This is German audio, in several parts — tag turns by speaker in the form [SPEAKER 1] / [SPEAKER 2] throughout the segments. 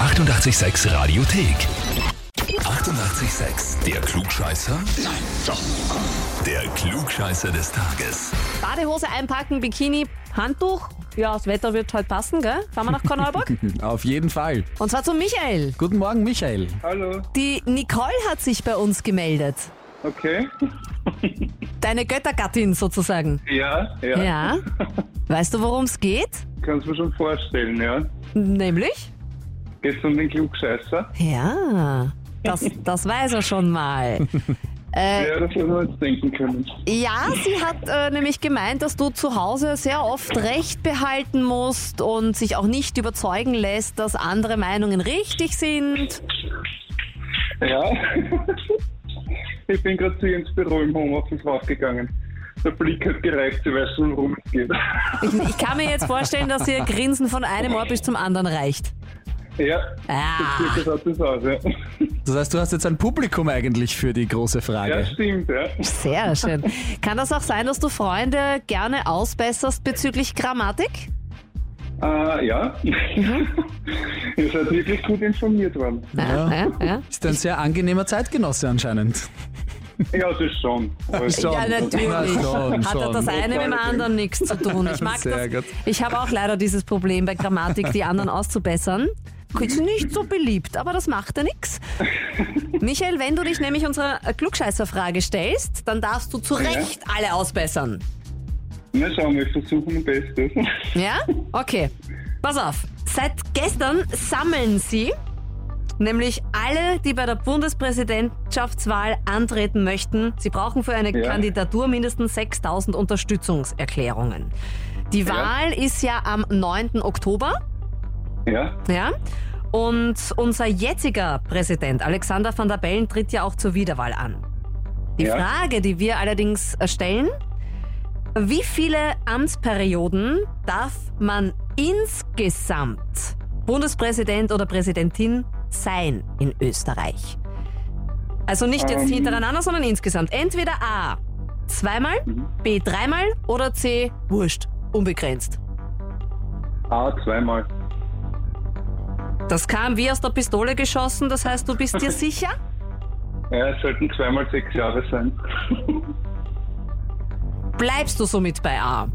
[SPEAKER 1] 886 Radiothek. 88,6. Der Klugscheißer? Nein, doch. Der Klugscheißer des Tages.
[SPEAKER 2] Badehose einpacken, Bikini, Handtuch. Ja, das Wetter wird heute passen, gell? Fahren wir nach Korneuburg?
[SPEAKER 3] Hm, Auf jeden Fall.
[SPEAKER 2] Und zwar zu Michael.
[SPEAKER 3] Guten Morgen, Michael.
[SPEAKER 4] Hallo,
[SPEAKER 2] Die Nicole hat sich bei uns gemeldet.
[SPEAKER 4] okay.
[SPEAKER 2] Deine Göttergattin sozusagen.
[SPEAKER 4] Ja, ja.
[SPEAKER 2] Ja. Weißt du, worum es geht?
[SPEAKER 4] Kannst mir schon vorstellen, ja.
[SPEAKER 2] Nämlich?
[SPEAKER 4] Geht's um den Klugscheißer?
[SPEAKER 2] Ja, das, das weiß er schon mal.
[SPEAKER 4] Ja, das hätten wir uns denken können.
[SPEAKER 2] Ja, sie hat äh, nämlich gemeint, dass du zu Hause sehr oft Recht behalten musst und sich auch nicht überzeugen lässt, dass andere Meinungen richtig sind.
[SPEAKER 4] Ja. Ich bin gerade zu ihr ins Büro im Homeoffice raufgegangen. Der Blick hat gereicht, sie weiß schon, worum es geht.
[SPEAKER 2] Ich, ich kann mir jetzt vorstellen, dass ihr Grinsen von einem Ohr bis zum anderen reicht.
[SPEAKER 4] Ja,
[SPEAKER 2] Ah,
[SPEAKER 4] circa schaut das aus, ja.
[SPEAKER 3] Das heißt, du hast jetzt ein Publikum eigentlich für die große
[SPEAKER 4] Ja,
[SPEAKER 3] Frage.
[SPEAKER 4] stimmt, ja.
[SPEAKER 2] sehr schön. Kann das auch sein, dass du Freunde gerne ausbesserst bezüglich Grammatik?
[SPEAKER 4] Äh, ja. Ihr seid wirklich gut informiert worden.
[SPEAKER 3] Ja.
[SPEAKER 2] ja, ja.
[SPEAKER 3] Ist ein sehr angenehmer Zeitgenosse anscheinend.
[SPEAKER 4] Ja, das schon. Aber
[SPEAKER 3] Schon.
[SPEAKER 2] Ja, natürlich.
[SPEAKER 3] Na, schon,
[SPEAKER 2] Hat er
[SPEAKER 3] schon.
[SPEAKER 2] das eine mit dem anderen nichts zu tun. Ich mag
[SPEAKER 3] Sehr
[SPEAKER 2] das.
[SPEAKER 3] gut.
[SPEAKER 2] Ich habe auch leider dieses Problem bei Grammatik, die anderen auszubessern. Ist nicht so beliebt, aber das macht ja nichts. Michael, wenn du dich nämlich unserer Klugscheißerfrage stellst, dann darfst du zu Recht alle ausbessern.
[SPEAKER 4] Na schauen wir, versuchen mein Bestes.
[SPEAKER 2] Ja? Okay. Pass auf. Seit gestern sammeln sie nämlich alle, die bei der Bundespräsidentschaftswahl antreten möchten. Sie brauchen für eine
[SPEAKER 4] Ja.
[SPEAKER 2] Kandidatur mindestens 6000 Unterstützungserklärungen. Die Wahl ist ja am 9. Oktober,
[SPEAKER 4] Ja,
[SPEAKER 2] ja? Und unser jetziger Präsident Alexander van der Bellen tritt ja auch zur Wiederwahl an. Die
[SPEAKER 4] Ja.
[SPEAKER 2] Frage, die wir allerdings stellen, wie viele Amtsperioden darf man insgesamt Bundespräsident oder Präsidentin sein in Österreich? Also nicht jetzt
[SPEAKER 4] Ähm.
[SPEAKER 2] hintereinander, sondern insgesamt. Entweder A zweimal,
[SPEAKER 4] Mhm.
[SPEAKER 2] B dreimal oder C wurscht, unbegrenzt.
[SPEAKER 4] ah, zweimal.
[SPEAKER 2] Das kam wie aus der Pistole geschossen, das heißt, du bist dir sicher?
[SPEAKER 4] Ja, es sollten zweimal sechs Jahre sein.
[SPEAKER 2] Bleibst du somit bei A?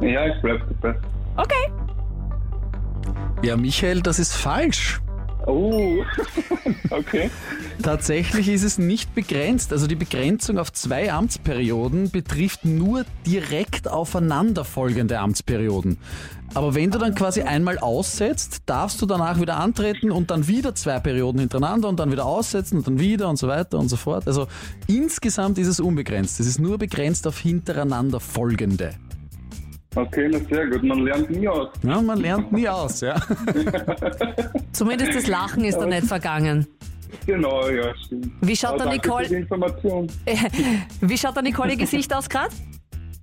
[SPEAKER 4] Ja, ich bleib dabei.
[SPEAKER 2] Okay.
[SPEAKER 3] Ja, Michael, das ist falsch.
[SPEAKER 4] Oh, okay.
[SPEAKER 3] Tatsächlich ist es nicht begrenzt. Also die Begrenzung auf zwei Amtsperioden betrifft nur direkt aufeinanderfolgende Amtsperioden. Aber wenn du dann quasi einmal aussetzt, darfst du danach wieder antreten und dann wieder zwei Perioden hintereinander und dann wieder aussetzen und dann wieder und so weiter und so fort. Also insgesamt ist es unbegrenzt. Es ist nur begrenzt auf hintereinander folgende.
[SPEAKER 4] Okay, na sehr gut. Man lernt nie aus.
[SPEAKER 3] Ja, man lernt nie aus, ja.
[SPEAKER 2] Zumindest das Lachen ist da nicht vergangen.
[SPEAKER 4] Genau, ja, stimmt.
[SPEAKER 2] Wie schaut
[SPEAKER 4] Aber
[SPEAKER 2] der
[SPEAKER 4] danke
[SPEAKER 2] Nicole-
[SPEAKER 4] Für die Information.
[SPEAKER 2] Wie schaut der Nicole ihr Gesicht aus gerade?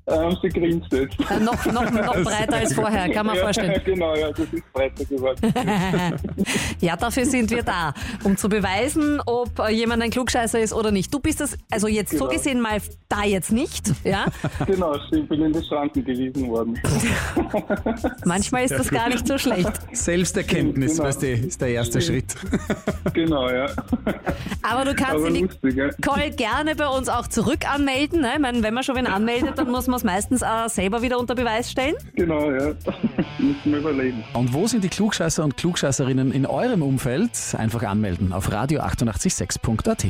[SPEAKER 4] Ähm, sie grinst jetzt.
[SPEAKER 2] Äh, noch, noch, noch breiter als vorher, kann man
[SPEAKER 4] ja,
[SPEAKER 2] vorstellen.
[SPEAKER 4] Genau, ja, das ist breiter geworden.
[SPEAKER 2] Ja, dafür sind wir da, um zu beweisen, ob äh, jemand ein Klugscheißer ist oder nicht. Du bist es, also jetzt so
[SPEAKER 4] Genau.
[SPEAKER 2] gesehen mal da jetzt nicht, ja?
[SPEAKER 4] genau, stimmt. Bin in die Schranken gewiesen worden.
[SPEAKER 2] Manchmal ist das gar nicht so schlecht.
[SPEAKER 3] Selbsterkenntnis,
[SPEAKER 4] Genau.
[SPEAKER 3] weißt du, ist der erste Schritt.
[SPEAKER 4] Genau, ja.
[SPEAKER 2] Aber du kannst
[SPEAKER 4] Aber
[SPEAKER 2] die
[SPEAKER 4] lustig, ja.
[SPEAKER 2] Nicole gerne bei uns auch zurück anmelden. Ne? Ich meine, wenn man schon wen anmeldet, dann muss man es meistens äh, selber wieder unter Beweis stellen.
[SPEAKER 4] Genau, ja. Müssen wir überlegen.
[SPEAKER 3] Und wo sind die Klugscheißer und Klugscheißerinnen in eurem Umfeld? Einfach anmelden auf radio886.at.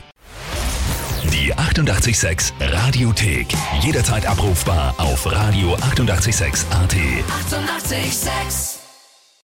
[SPEAKER 1] Die 88,6 Radiothek. Jederzeit abrufbar auf radio886.at. 88,6.
[SPEAKER 5] Eighty-eight, sex.